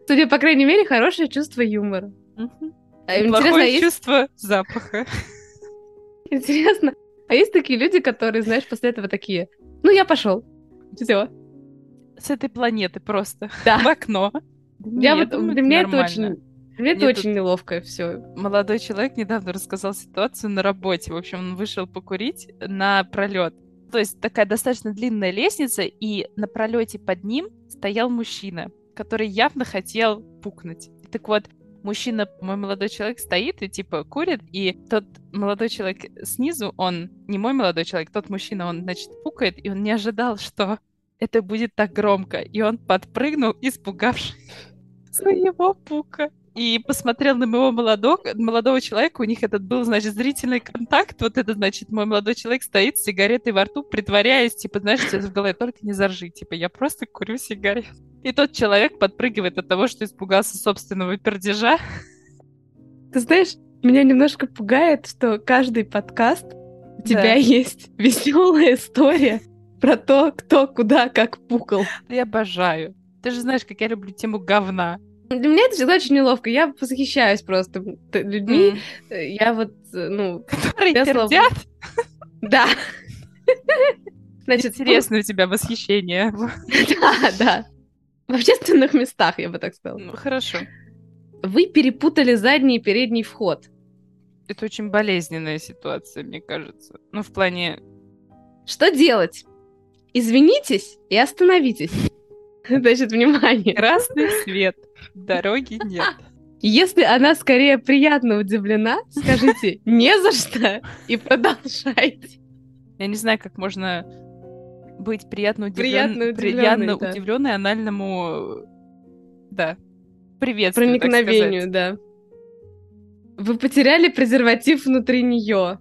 [SPEAKER 2] судя по крайней мере, хорошее чувство юмора.
[SPEAKER 1] Мгм.
[SPEAKER 2] А
[SPEAKER 1] И
[SPEAKER 2] Интересно, а
[SPEAKER 1] Плохое
[SPEAKER 2] есть,
[SPEAKER 1] чувство запаха.
[SPEAKER 2] интересно, а есть такие люди, которые, знаешь, после этого такие, ну, я пошел. Все.
[SPEAKER 1] С этой планеты просто.
[SPEAKER 2] Да.
[SPEAKER 1] В окно. Да
[SPEAKER 2] Я
[SPEAKER 1] не,
[SPEAKER 2] вот,
[SPEAKER 1] думаю,
[SPEAKER 2] для меня это
[SPEAKER 1] нормально.
[SPEAKER 2] очень... Это
[SPEAKER 1] Мне тут-
[SPEAKER 2] очень неловкое все.
[SPEAKER 1] Молодой человек недавно рассказал ситуацию на работе. В общем, он вышел покурить на пролет. То есть такая достаточно длинная лестница, и на пролете под ним стоял мужчина, который явно хотел пукнуть. Так вот, мужчина, мой молодой человек, стоит и типа курит, и тот молодой человек снизу, он не мой молодой человек, тот мужчина, он, значит, пукает, и он не ожидал, что это будет так громко. И он подпрыгнул, испугавшись своего пука. И посмотрел на моего молодого, молодого человека, у них этот был, значит, зрительный контакт, вот это, значит, мой молодой человек стоит с сигаретой во рту, притворяясь, типа, знаешь, у тебя в голове только не заржи, типа, я просто курю сигарет. И тот человек подпрыгивает от того, что испугался собственного пердежа.
[SPEAKER 2] Ты знаешь, меня немножко пугает, что каждый подкаст у тебя
[SPEAKER 1] Да.
[SPEAKER 2] есть *laughs* веселая история про то, кто куда как пукал.
[SPEAKER 1] Я обожаю. Ты же знаешь, как я люблю тему говна.
[SPEAKER 2] Для меня это всегда очень неловко. Я восхищаюсь просто т- людьми.
[SPEAKER 1] М.
[SPEAKER 2] Э, Я вот, э, ну,
[SPEAKER 1] Которые
[SPEAKER 2] Я слов-
[SPEAKER 1] пердят.
[SPEAKER 2] да. Значит,
[SPEAKER 1] Интересное у тебя восхищение.
[SPEAKER 2] *laughs* Да, да. В общественных местах, я бы так сказала.
[SPEAKER 1] Ну, хорошо.
[SPEAKER 2] Вы перепутали задний и передний вход.
[SPEAKER 1] Это очень болезненная ситуация, мне кажется. Ну, в плане...
[SPEAKER 2] Что делать? Извинитесь и остановитесь. *laughs* Значит, внимание.
[SPEAKER 1] Красный свет, дороги нет.
[SPEAKER 2] Если она скорее приятно удивлена,
[SPEAKER 1] *laughs*
[SPEAKER 2] скажите «не за что» и продолжайте.
[SPEAKER 1] Я не знаю, как можно быть приятно
[SPEAKER 2] Приятно
[SPEAKER 1] удивленной.
[SPEAKER 2] удивлённой,
[SPEAKER 1] Приятно
[SPEAKER 2] да.
[SPEAKER 1] удивленной анальному... Да. Приветствию, так
[SPEAKER 2] Проникновению,
[SPEAKER 1] сказать.
[SPEAKER 2] да. Вы потеряли презерватив внутри нее.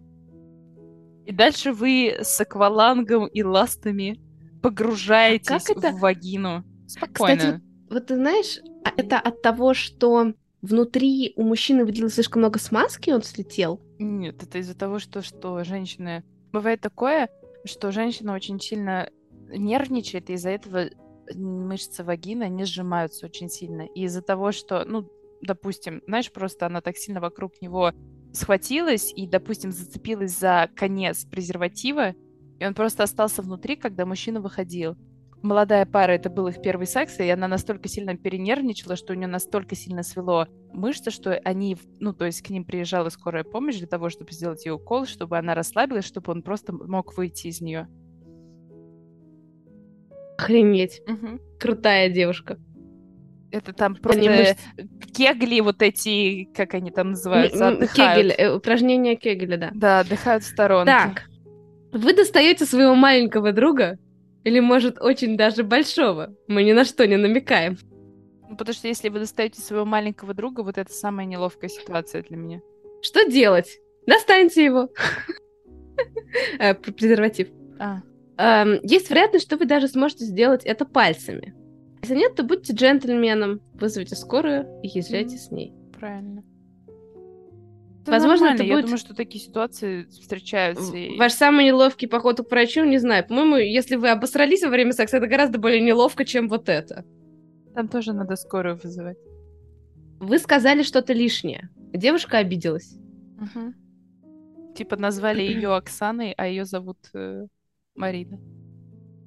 [SPEAKER 1] И дальше вы с аквалангом и ластами погружаетесь
[SPEAKER 2] А это-
[SPEAKER 1] в вагину. Спокойно.
[SPEAKER 2] Вот ты знаешь, а это от того, что внутри у мужчины выделилось слишком много смазки, он слетел.
[SPEAKER 1] Нет, это из-за того, что, что женщины... Бывает такое, что женщина очень сильно нервничает, и из-за этого э, мышцы вагины, они сжимаются очень сильно. И из-за того, что, ну, допустим, знаешь, просто она так сильно вокруг него схватилась и, допустим, зацепилась за конец презерватива, и он просто остался внутри, когда мужчина выходил. Молодая пара, это был их первый секс, и она настолько сильно перенервничала, что у нее настолько сильно свело мышцы, что они, в- ну, то есть к ним приезжала скорая помощь для того, чтобы сделать ей укол, чтобы она расслабилась, чтобы он просто м- мог выйти из нее.
[SPEAKER 2] Охренеть. Крутая девушка.
[SPEAKER 1] Это там просто
[SPEAKER 2] Они мышцы-
[SPEAKER 1] кегли вот эти, как они там называются,
[SPEAKER 2] М, м, Кегель,
[SPEAKER 1] отдыхают.
[SPEAKER 2] э, упражнение Кегеля, да.
[SPEAKER 1] Да, отдыхают в сторонке.
[SPEAKER 2] Так, вы достаете своего маленького друга, или, может, очень даже большого, мы ни на что не намекаем.
[SPEAKER 1] Ну, Потому что если вы достаете своего маленького друга, вот это самая неловкая ситуация для меня.
[SPEAKER 2] Что делать? Достаньте его. Э, пр- Презерватив.
[SPEAKER 1] А,
[SPEAKER 2] Эм, Есть вероятность, что вы даже сможете сделать это пальцами. Если нет, то будьте джентльменом, вызовите скорую и езжайте
[SPEAKER 1] Мгм.
[SPEAKER 2] с ней.
[SPEAKER 1] правильно.
[SPEAKER 2] Возможно,
[SPEAKER 1] нормально,
[SPEAKER 2] это
[SPEAKER 1] я
[SPEAKER 2] будет-
[SPEAKER 1] думаю, что такие ситуации встречаются. и-
[SPEAKER 2] В- Ваш самый неловкий поход к врачу, не знаю, по-моему, если вы обосрались во время секса, это гораздо более неловко, чем вот это.
[SPEAKER 1] Там тоже надо скорую вызывать.
[SPEAKER 2] Вы сказали что-то лишнее. Девушка обиделась.
[SPEAKER 1] Типа *clears throat* назвали ее Оксаной, а ее зовут э, Марина.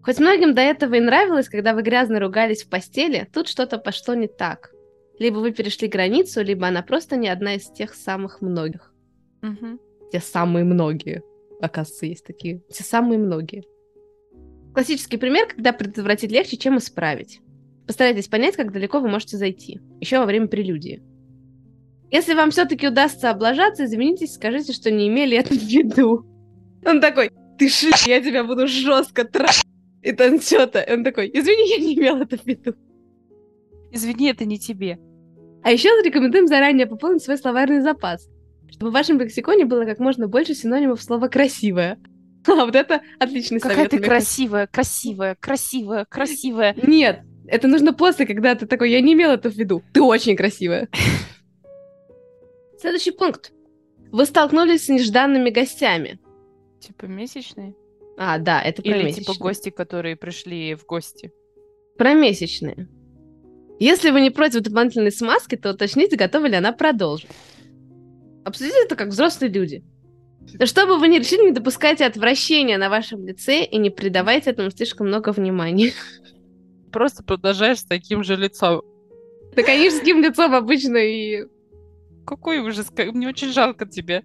[SPEAKER 2] Хоть многим до этого и нравилось, когда вы грязно ругались в постели, тут что-то пошло не так. Либо вы перешли границу, либо она просто не одна из тех самых многих. Те самые многие. Оказывается, есть такие. Те самые многие. Классический пример, когда предотвратить легче, чем исправить. Постарайтесь понять, как далеко вы можете зайти. Еще во время прелюдии. Если вам все-таки удастся облажаться, извинитесь, скажите, что не имели это в виду. Он такой, ты шли, я тебя буду жестко трать. И там что-то. Он такой, извини, я не имел это в виду.
[SPEAKER 1] Извини, это не тебе.
[SPEAKER 2] А еще рекомендуем заранее пополнить свой словарный запас, чтобы в вашем лексиконе было как можно больше синонимов слова «красивое». *laughs* А вот это отличный
[SPEAKER 1] Какая
[SPEAKER 2] совет.
[SPEAKER 1] ты
[SPEAKER 2] мне кажется.
[SPEAKER 1] красивая, красивая, красивая, красивая.
[SPEAKER 2] Нет, это нужно после, когда ты такой, я не имел это в виду. Ты очень красивая.
[SPEAKER 1] *laughs*
[SPEAKER 2] Следующий пункт. Вы столкнулись с нежданными гостями.
[SPEAKER 1] *laughs* Типа месячные?
[SPEAKER 2] А, да, это про
[SPEAKER 1] Или
[SPEAKER 2] месячные.
[SPEAKER 1] типа гости, которые пришли в гости.
[SPEAKER 2] Про месячные. Если вы не против дополнительной смазки, то уточните, готова ли она продолжить. Обсудите это как взрослые люди. Но что бы вы ни решили, не допускайте отвращения на вашем лице и не придавайте этому слишком много внимания. *laughs*
[SPEAKER 1] Просто продолжаешь с таким же лицом.
[SPEAKER 2] Так они же с таким лицом обычно и
[SPEAKER 1] какой ужас, как- мне очень жалко тебе.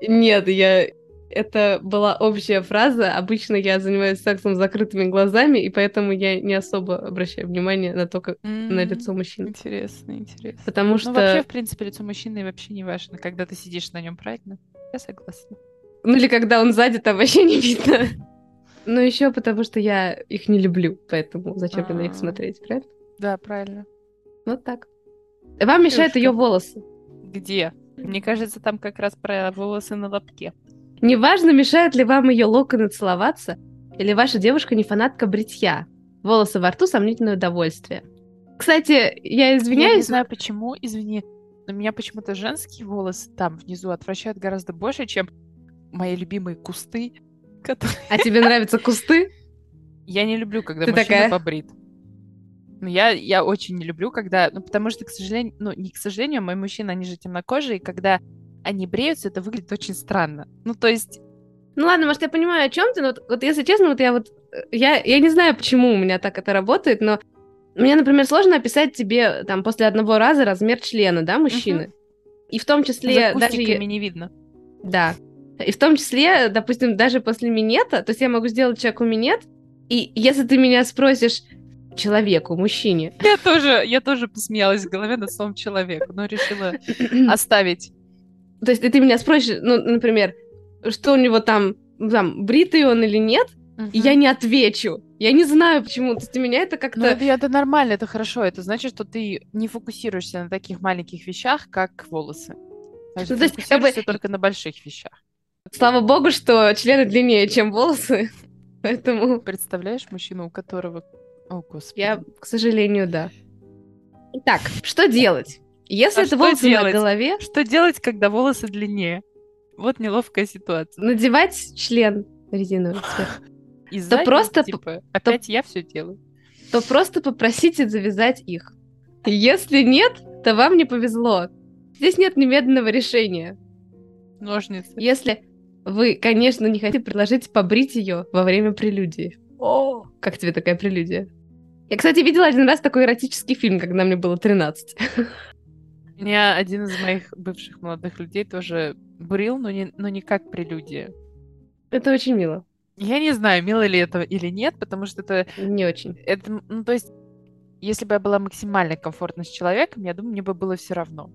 [SPEAKER 2] Нет, я... Это была общая фраза. Обычно я занимаюсь сексом с закрытыми глазами, и поэтому я не особо обращаю внимание на то, как на лицо мужчины.
[SPEAKER 1] Интересно, интересно.
[SPEAKER 2] Потому
[SPEAKER 1] Ну,
[SPEAKER 2] что...
[SPEAKER 1] вообще, в принципе, лицо мужчины вообще не важно, когда ты сидишь на нем правильно. Я согласна.
[SPEAKER 2] Ну или когда он сзади, там вообще не видно. Ну еще потому что я их не люблю, поэтому зачем мне на них
[SPEAKER 1] А.
[SPEAKER 2] смотреть, правильно? Ну,
[SPEAKER 1] Да, правильно.
[SPEAKER 2] Вот так. Вам мешают
[SPEAKER 1] Девушка.
[SPEAKER 2] ее волосы.
[SPEAKER 1] Где? Мне кажется, там как раз про волосы на лобке.
[SPEAKER 2] Неважно, мешают ли вам ее локоны целоваться, или ваша девушка не фанатка бритья. Волосы во рту сомнительное удовольствие. Кстати, я
[SPEAKER 1] Я не
[SPEAKER 2] извиняюсь,
[SPEAKER 1] знаю почему, извини, но меня почему-то женские волосы там внизу отвращают гораздо больше, чем мои любимые кусты, *laughs* которые...
[SPEAKER 2] а тебе нравятся кусты?
[SPEAKER 1] Я не люблю, когда
[SPEAKER 2] Ты
[SPEAKER 1] мужчина
[SPEAKER 2] такая?
[SPEAKER 1] побрит. Ну, я, я очень не люблю, когда... Ну, потому что, к сожалению... Ну, не к сожалению, мои мужчины, они же темнокожие, и когда они бреются, это выглядит очень странно. Ну, то есть...
[SPEAKER 2] Ну ладно, может, я понимаю, о чем ты, но вот, вот если честно, вот я вот... э, Я, я не знаю, почему у меня так это работает, но мне, например, сложно описать тебе э, там после одного раза размер члена, да, мужчины. И в том числе
[SPEAKER 1] За
[SPEAKER 2] даже...
[SPEAKER 1] кустиками
[SPEAKER 2] е-
[SPEAKER 1] не видно.
[SPEAKER 2] Да. И в том числе, э, допустим, даже после минета, то есть я могу сделать человеку минет, и если ты меня спросишь,
[SPEAKER 1] *clears throat*
[SPEAKER 2] человеку, мужчине,
[SPEAKER 1] Я тоже, я тоже посмеялась в голове над словом человек, но
[SPEAKER 2] *laughs*
[SPEAKER 1] решила оставить.
[SPEAKER 2] а, То есть, ты меня спросишь, ну, например, что у него там, там, бритый он или нет, и я не отвечу. Я не знаю, почему. То есть, для меня это как-то...
[SPEAKER 1] Ну, это, это нормально, это хорошо. Это значит, что ты не фокусируешься на таких маленьких вещах, как волосы. Значит, ты
[SPEAKER 2] Ну, то есть, как бы-
[SPEAKER 1] фокусируешься только на больших вещах.
[SPEAKER 2] Слава богу, что члены длиннее, чем волосы. *laughs* Поэтому
[SPEAKER 1] Представляешь мужчину, у которого... О, господи.
[SPEAKER 2] я, к сожалению, да. Итак, что делать? Если
[SPEAKER 1] А
[SPEAKER 2] это
[SPEAKER 1] что
[SPEAKER 2] волосы на
[SPEAKER 1] делать?
[SPEAKER 2] голове,
[SPEAKER 1] Что делать, когда волосы длиннее? Вот неловкая ситуация.
[SPEAKER 2] надевать член резиновый сверху,
[SPEAKER 1] И
[SPEAKER 2] Да просто п-
[SPEAKER 1] типа, опять я все делаю.
[SPEAKER 2] то просто попросите завязать их. Если нет, то вам не повезло. Здесь нет немедленного решения.
[SPEAKER 1] Ножницы.
[SPEAKER 2] Если вы, конечно, не хотите предложить побрить ее во время прелюдии.
[SPEAKER 1] О!
[SPEAKER 2] Как тебе такая прелюдия? Я, кстати, видела один раз такой эротический фильм, когда мне было 13.
[SPEAKER 1] У меня один из моих бывших молодых людей тоже брил, но не, но не как прелюдия.
[SPEAKER 2] Это очень мило.
[SPEAKER 1] Я не знаю, мило ли это или нет, потому что это
[SPEAKER 2] Не очень.
[SPEAKER 1] это, м, ну, то есть, если бы я была максимально комфортна с человеком, я думаю, мне бы было все равно.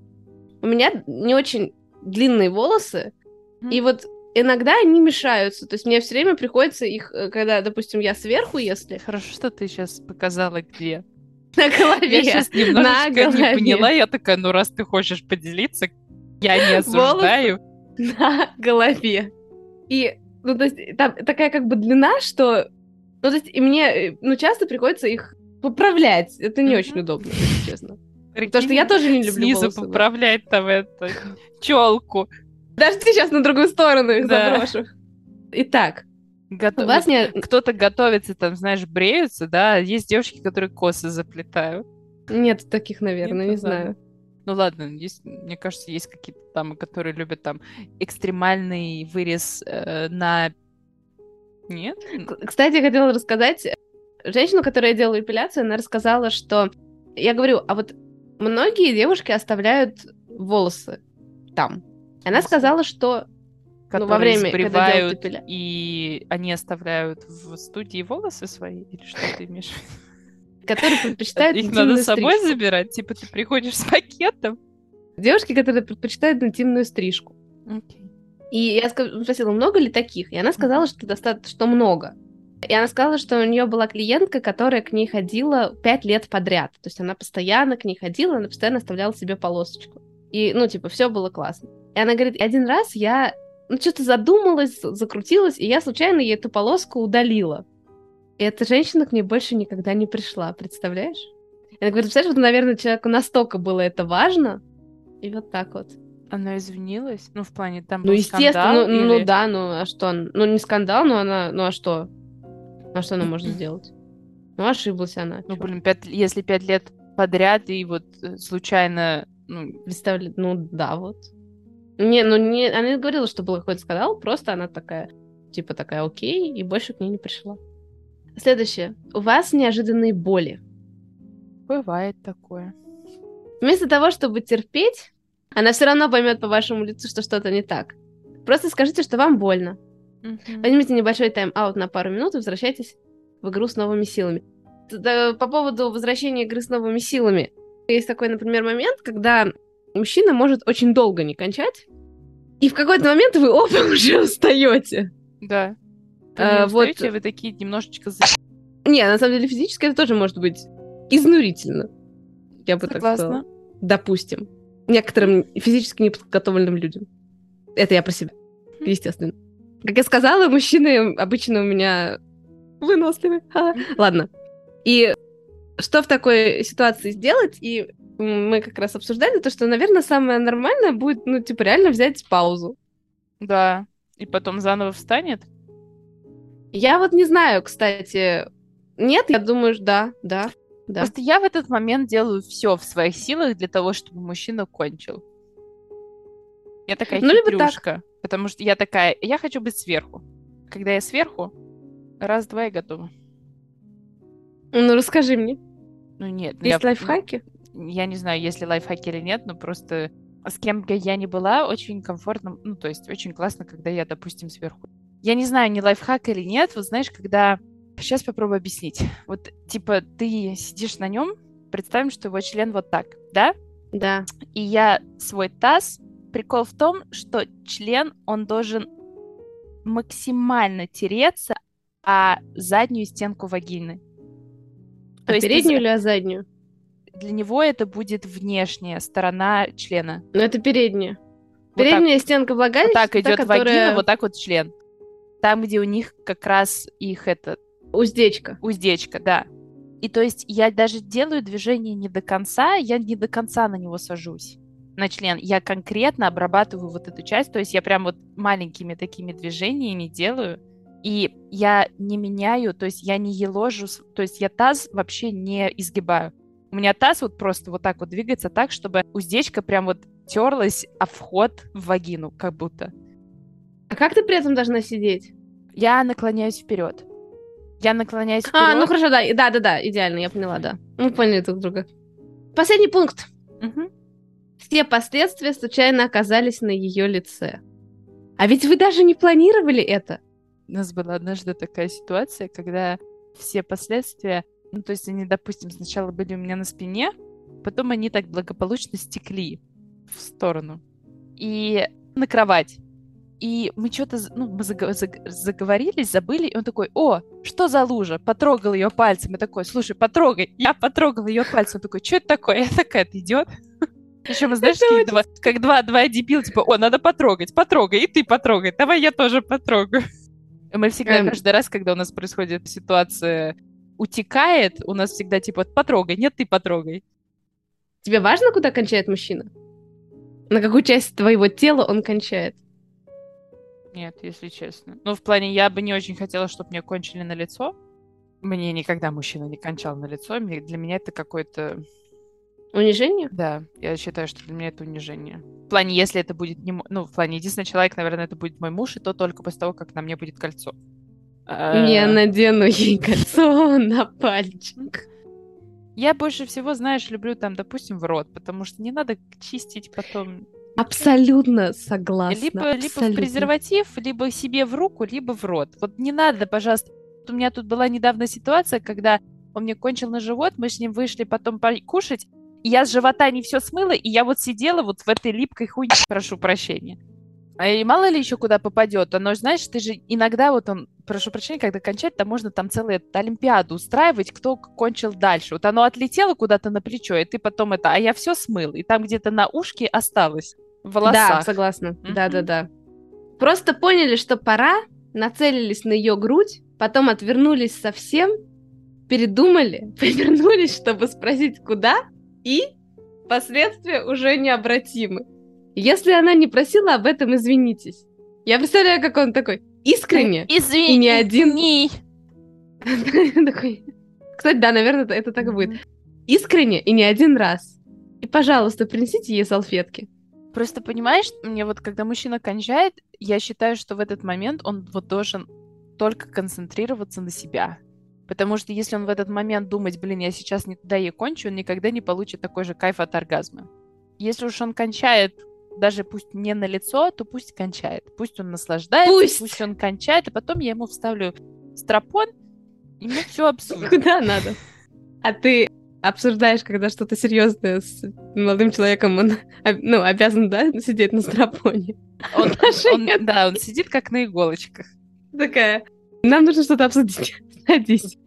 [SPEAKER 2] У меня не очень длинные волосы,
[SPEAKER 1] Мгм.
[SPEAKER 2] и вот иногда они мешаются. То есть мне все время приходится их, э, когда, допустим, я сверху, если *laughs*
[SPEAKER 1] Хорошо, что ты сейчас показала, где.
[SPEAKER 2] на
[SPEAKER 1] Я *laughs*
[SPEAKER 2] голове.
[SPEAKER 1] сейчас немножечко не
[SPEAKER 2] голове.
[SPEAKER 1] поняла. Я такая, ну, раз ты хочешь поделиться, я не
[SPEAKER 2] Волосы.
[SPEAKER 1] осуждаю.
[SPEAKER 2] На голове. И, ну, то есть, там такая как бы длина, что... Ну, то есть, и мне, э, ну, часто приходится их поправлять. Это не
[SPEAKER 1] Мгм.
[SPEAKER 2] очень удобно, если честно. Потому что
[SPEAKER 1] Прикинь,
[SPEAKER 2] я тоже не люблю
[SPEAKER 1] Снизу
[SPEAKER 2] волосы.
[SPEAKER 1] поправлять там эту челку.
[SPEAKER 2] Подожди, сейчас на другую сторону их
[SPEAKER 1] Да.
[SPEAKER 2] заброшу. Итак, у
[SPEAKER 1] Готов-
[SPEAKER 2] вас не...
[SPEAKER 1] Кто-то готовится, там, знаешь, бреются, да, а есть девушки, которые косы заплетают.
[SPEAKER 2] Нет таких, наверное, не
[SPEAKER 1] Нет,
[SPEAKER 2] знаю.
[SPEAKER 1] Ну ладно, есть, мне кажется, есть какие-то там, которые любят там экстремальный вырез э, на... Нет?
[SPEAKER 2] К- Кстати, я хотела рассказать. э, Женщину, которая делала эпиляцию, она рассказала, что... Я говорю, а вот многие девушки оставляют волосы там. Она
[SPEAKER 1] Волосы.
[SPEAKER 2] сказала, что...
[SPEAKER 1] Которые
[SPEAKER 2] во время, когда
[SPEAKER 1] сбривают,
[SPEAKER 2] делают эпиля-
[SPEAKER 1] и они оставляют в студии волосы свои? Или что ты имеешь? в виду?
[SPEAKER 2] Которые предпочитают
[SPEAKER 1] Их
[SPEAKER 2] интимную
[SPEAKER 1] надо с собой
[SPEAKER 2] стрижку.
[SPEAKER 1] забирать? Типа ты приходишь с пакетом?
[SPEAKER 2] Девушки, которые предпочитают интимную стрижку. И я ска- спросила, много ли таких? И она сказала, что достаточно, что много. И она сказала, что у нее была клиентка, которая к ней ходила пять лет подряд. То есть она постоянно к ней ходила, она постоянно оставляла себе полосочку. И, ну, типа, все было классно. И она говорит, «И один раз я ну, что-то задумалась, закрутилась, и я случайно ей эту полоску удалила. И эта женщина к ней больше никогда не пришла, представляешь? И Она говорит, представляешь, вот, наверное, человеку настолько было это важно. И вот так вот.
[SPEAKER 1] Она извинилась? Ну, в плане, там
[SPEAKER 2] Ну,
[SPEAKER 1] был
[SPEAKER 2] естественно,
[SPEAKER 1] скандал
[SPEAKER 2] ну, ну
[SPEAKER 1] или-
[SPEAKER 2] да, ну а что? он- Ну, не скандал, но она. Ну а что? А что она может сделать? Ну, ошиблась она.
[SPEAKER 1] Ну,
[SPEAKER 2] чё?
[SPEAKER 1] блин, пять- если пять лет подряд, и вот э, случайно... Ну,
[SPEAKER 2] Представля- Ну да, вот. Не, ну не. Она не говорила, что был какой-то скандал, просто она такая, типа такая окей, и больше к ней не пришла. Следующее. У вас неожиданные боли.
[SPEAKER 1] бывает такое.
[SPEAKER 2] Вместо того, чтобы терпеть, Она все равно поймет по вашему лицу, что что-то не так. Просто скажите, что вам больно. Возьмите небольшой тайм-аут на пару минут и возвращайтесь в игру с новыми силами. Т- да, По поводу возвращения игры с новыми силами. Есть такой, например, момент, когда мужчина может очень долго не кончать, и в какой-то момент вы оба *laughs* уже устаете.
[SPEAKER 1] Да.
[SPEAKER 2] А, вот-
[SPEAKER 1] вот... вы такие немножечко
[SPEAKER 2] *laughs*
[SPEAKER 1] за- типа
[SPEAKER 2] Не, на самом деле физически это тоже может быть изнурительно. Я бы так сказала.
[SPEAKER 1] Согласна.
[SPEAKER 2] допустим, некоторым физически неподготовленным людям. Это я про себя, естественно. Как я сказала, мужчины обычно у меня выносливы. Ха. Ладно. И что в такой ситуации сделать? И мы как раз обсуждали то, что, наверное, самое нормальное будет, ну, типа, реально взять паузу.
[SPEAKER 1] Да. И потом заново встанет.
[SPEAKER 2] Я вот не знаю, кстати. Нет, я думаю, ж- да, да, да.
[SPEAKER 1] Просто я в этот момент делаю все в своих силах для того, чтобы мужчина кончил. Я такая
[SPEAKER 2] Ну, либо так.
[SPEAKER 1] хитрюшка. Потому что я такая, я хочу быть сверху. Когда я сверху, раз, два и готова.
[SPEAKER 2] Ну, расскажи мне.
[SPEAKER 1] Ну нет. ну, я-
[SPEAKER 2] Есть лайфхаки?
[SPEAKER 1] я не знаю, есть ли лайфхаки или нет, но просто с кем бы я ни была, очень комфортно, ну, то есть очень классно, когда я, допустим, сверху. Я не знаю, не лайфхак или нет, вот знаешь, когда... Сейчас попробую объяснить. Вот, типа, ты сидишь на нем, представим, что его член вот так, да?
[SPEAKER 2] Да.
[SPEAKER 1] И я свой таз... Прикол в том, что член, он должен максимально тереться о заднюю стенку вагины.
[SPEAKER 2] А
[SPEAKER 1] есть ты
[SPEAKER 2] переднюю или а заднюю?
[SPEAKER 1] Для него это будет внешняя сторона члена.
[SPEAKER 2] Ну, это передняя.
[SPEAKER 1] Вот так
[SPEAKER 2] Передняя стенка
[SPEAKER 1] Вот
[SPEAKER 2] влагалища,
[SPEAKER 1] так
[SPEAKER 2] та,
[SPEAKER 1] идет
[SPEAKER 2] которая
[SPEAKER 1] вагина, вот так вот член. Там, где у них как раз их это
[SPEAKER 2] уздечка.
[SPEAKER 1] уздечка, да. И то есть я даже делаю движение не до конца, я не до конца на него сажусь, на член. Я конкретно обрабатываю вот эту часть, то есть я прям вот маленькими такими движениями делаю. И я не меняю, то есть я не еложу, с- то есть я таз вообще не изгибаю. У меня таз вот просто вот так вот двигается так, чтобы уздечка прям вот терлась о вход в вагину, как будто.
[SPEAKER 2] А как ты при этом должна сидеть?
[SPEAKER 1] Я наклоняюсь вперед. Я наклоняюсь вперед.
[SPEAKER 2] А, ну хорошо, да, и- да, да, да, идеально, я поняла, да. Мы поняли друг друга. Последний пункт.
[SPEAKER 1] Мгм.
[SPEAKER 2] Все последствия случайно оказались на ее лице. А ведь вы даже не планировали это.
[SPEAKER 1] У нас была однажды такая ситуация, когда все последствия, ну, то есть они, допустим, сначала были у меня на спине, потом они так благополучно стекли в сторону. И на кровать. И мы что-то, ну, мы заго- заг- заговорились, забыли, и он такой, о, что за лужа? Потрогал ее пальцем. Я такой, слушай, потрогай. Я потрогал ее пальцем. Он такой, что это такое? Я такая, ты идиот? Еще мы, знаешь,
[SPEAKER 2] Это
[SPEAKER 1] такие два- как два, два дебила, типа, о, надо потрогать, потрогай, и ты потрогай, давай я тоже потрогаю. И Мы всегда,
[SPEAKER 2] Эм.
[SPEAKER 1] каждый раз, когда у нас происходит ситуация утекает, у нас всегда типа потрогай, нет, ты потрогай.
[SPEAKER 2] Тебе важно, куда кончает мужчина? На какую часть твоего тела он кончает?
[SPEAKER 1] Нет, если честно. Ну, в плане, я бы не очень хотела, чтобы мне кончили на лицо. Мне никогда мужчина не кончал на лицо. Мне- Для меня это какое-то...
[SPEAKER 2] Унижение?
[SPEAKER 1] Да, я считаю, что для меня это унижение. В плане, если это будет не... мо- Ну, в плане, единственный человек, наверное, это будет мой муж, и то только после того, как на мне будет кольцо.
[SPEAKER 2] Я
[SPEAKER 1] Э,
[SPEAKER 2] ну надену ей кольцо *laughs* на пальчик.
[SPEAKER 1] Я больше всего, знаешь, люблю там, допустим, в рот, потому что не надо чистить потом.
[SPEAKER 2] Абсолютно согласна.
[SPEAKER 1] либо, либо в
[SPEAKER 2] абсолютно.
[SPEAKER 1] презерватив, либо себе в руку, либо в рот. Вот не надо, пожалуйста. Вот У меня тут была недавно ситуация, когда он мне кончил на живот, мы с ним вышли потом по- кушать, и я с живота не все смыла, и я вот сидела вот в этой липкой хуйне, прошу прощения. А И мало ли еще куда попадет. Оно, ж, знаешь, ты же иногда вот он, прошу прощения, когда кончать, там можно там целую Олимпиаду устраивать, кто к- кончил дальше. Вот оно отлетело куда-то на плечо, и ты потом это, а я все смыл, и там где-то на ушке осталось. В
[SPEAKER 2] Да,
[SPEAKER 1] волосах.
[SPEAKER 2] согласна.
[SPEAKER 1] Мгм.
[SPEAKER 2] Да, да, да. Просто поняли, что пора, нацелились на ее грудь, потом отвернулись совсем, передумали, *laughs* повернулись, чтобы спросить, куда, и последствия уже необратимы. Если она не просила об этом, извинитесь. Я представляю, как он такой искренне. *laughs*
[SPEAKER 1] Извини.
[SPEAKER 2] И не один.
[SPEAKER 1] извини.
[SPEAKER 2] Такой. Кстати, да, наверное, это- это так и будет. Искренне и не один раз. И, пожалуйста, принесите ей салфетки.
[SPEAKER 1] Просто понимаешь, мне вот когда мужчина кончает, я считаю, что в этот момент он вот должен только концентрироваться на себя. Потому что если он в этот момент думать, блин, я сейчас не туда ей кончу, он никогда не получит такой же кайф от оргазма. Если уж он кончает даже пусть не на лицо, то пусть кончает. Пусть он наслаждается,
[SPEAKER 2] Пусть!
[SPEAKER 1] пусть, он кончает, а потом я ему вставлю стропон, и мы все обсудим.
[SPEAKER 2] Куда надо? А ты обсуждаешь, когда что-то серьезное с молодым человеком, он а, ну, обязан, да, сидеть на стропоне.
[SPEAKER 1] Он-
[SPEAKER 2] Отношения
[SPEAKER 1] он- да, он сидит как на иголочках.
[SPEAKER 2] такая. Нам нужно что-то обсудить. *laughs* Садись.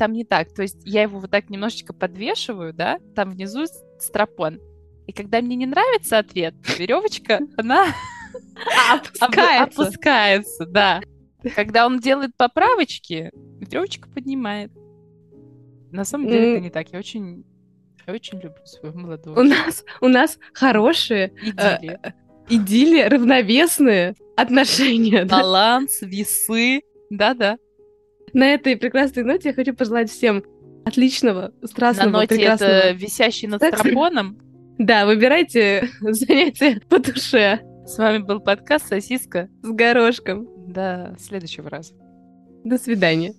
[SPEAKER 1] Там не так. То есть я его вот так немножечко подвешиваю, да, там внизу с- стропон. И когда мне не нравится ответ,
[SPEAKER 2] *laughs*
[SPEAKER 1] веревочка, она Обла-
[SPEAKER 2] Опускается.
[SPEAKER 1] Опускается, да. Когда он делает поправочки, веревочка поднимает. На самом деле это
[SPEAKER 2] М.
[SPEAKER 1] не так. Я очень, я очень люблю свою молодую
[SPEAKER 2] У нас, у нас хорошие,
[SPEAKER 1] идиллию.
[SPEAKER 2] э, идили, равновесные отношения. да.
[SPEAKER 1] Баланс, весы. Да-да.
[SPEAKER 2] На этой прекрасной ноте я хочу пожелать всем отличного,
[SPEAKER 1] На
[SPEAKER 2] страстного,
[SPEAKER 1] ноте
[SPEAKER 2] прекрасного.
[SPEAKER 1] это висящий над
[SPEAKER 2] Секс.
[SPEAKER 1] тропоном.
[SPEAKER 2] Да, выбирайте *laughs* занятия по душе
[SPEAKER 1] С вами был подкаст «Сосиска».
[SPEAKER 2] с горошком.
[SPEAKER 1] До следующего раза.
[SPEAKER 2] До свидания.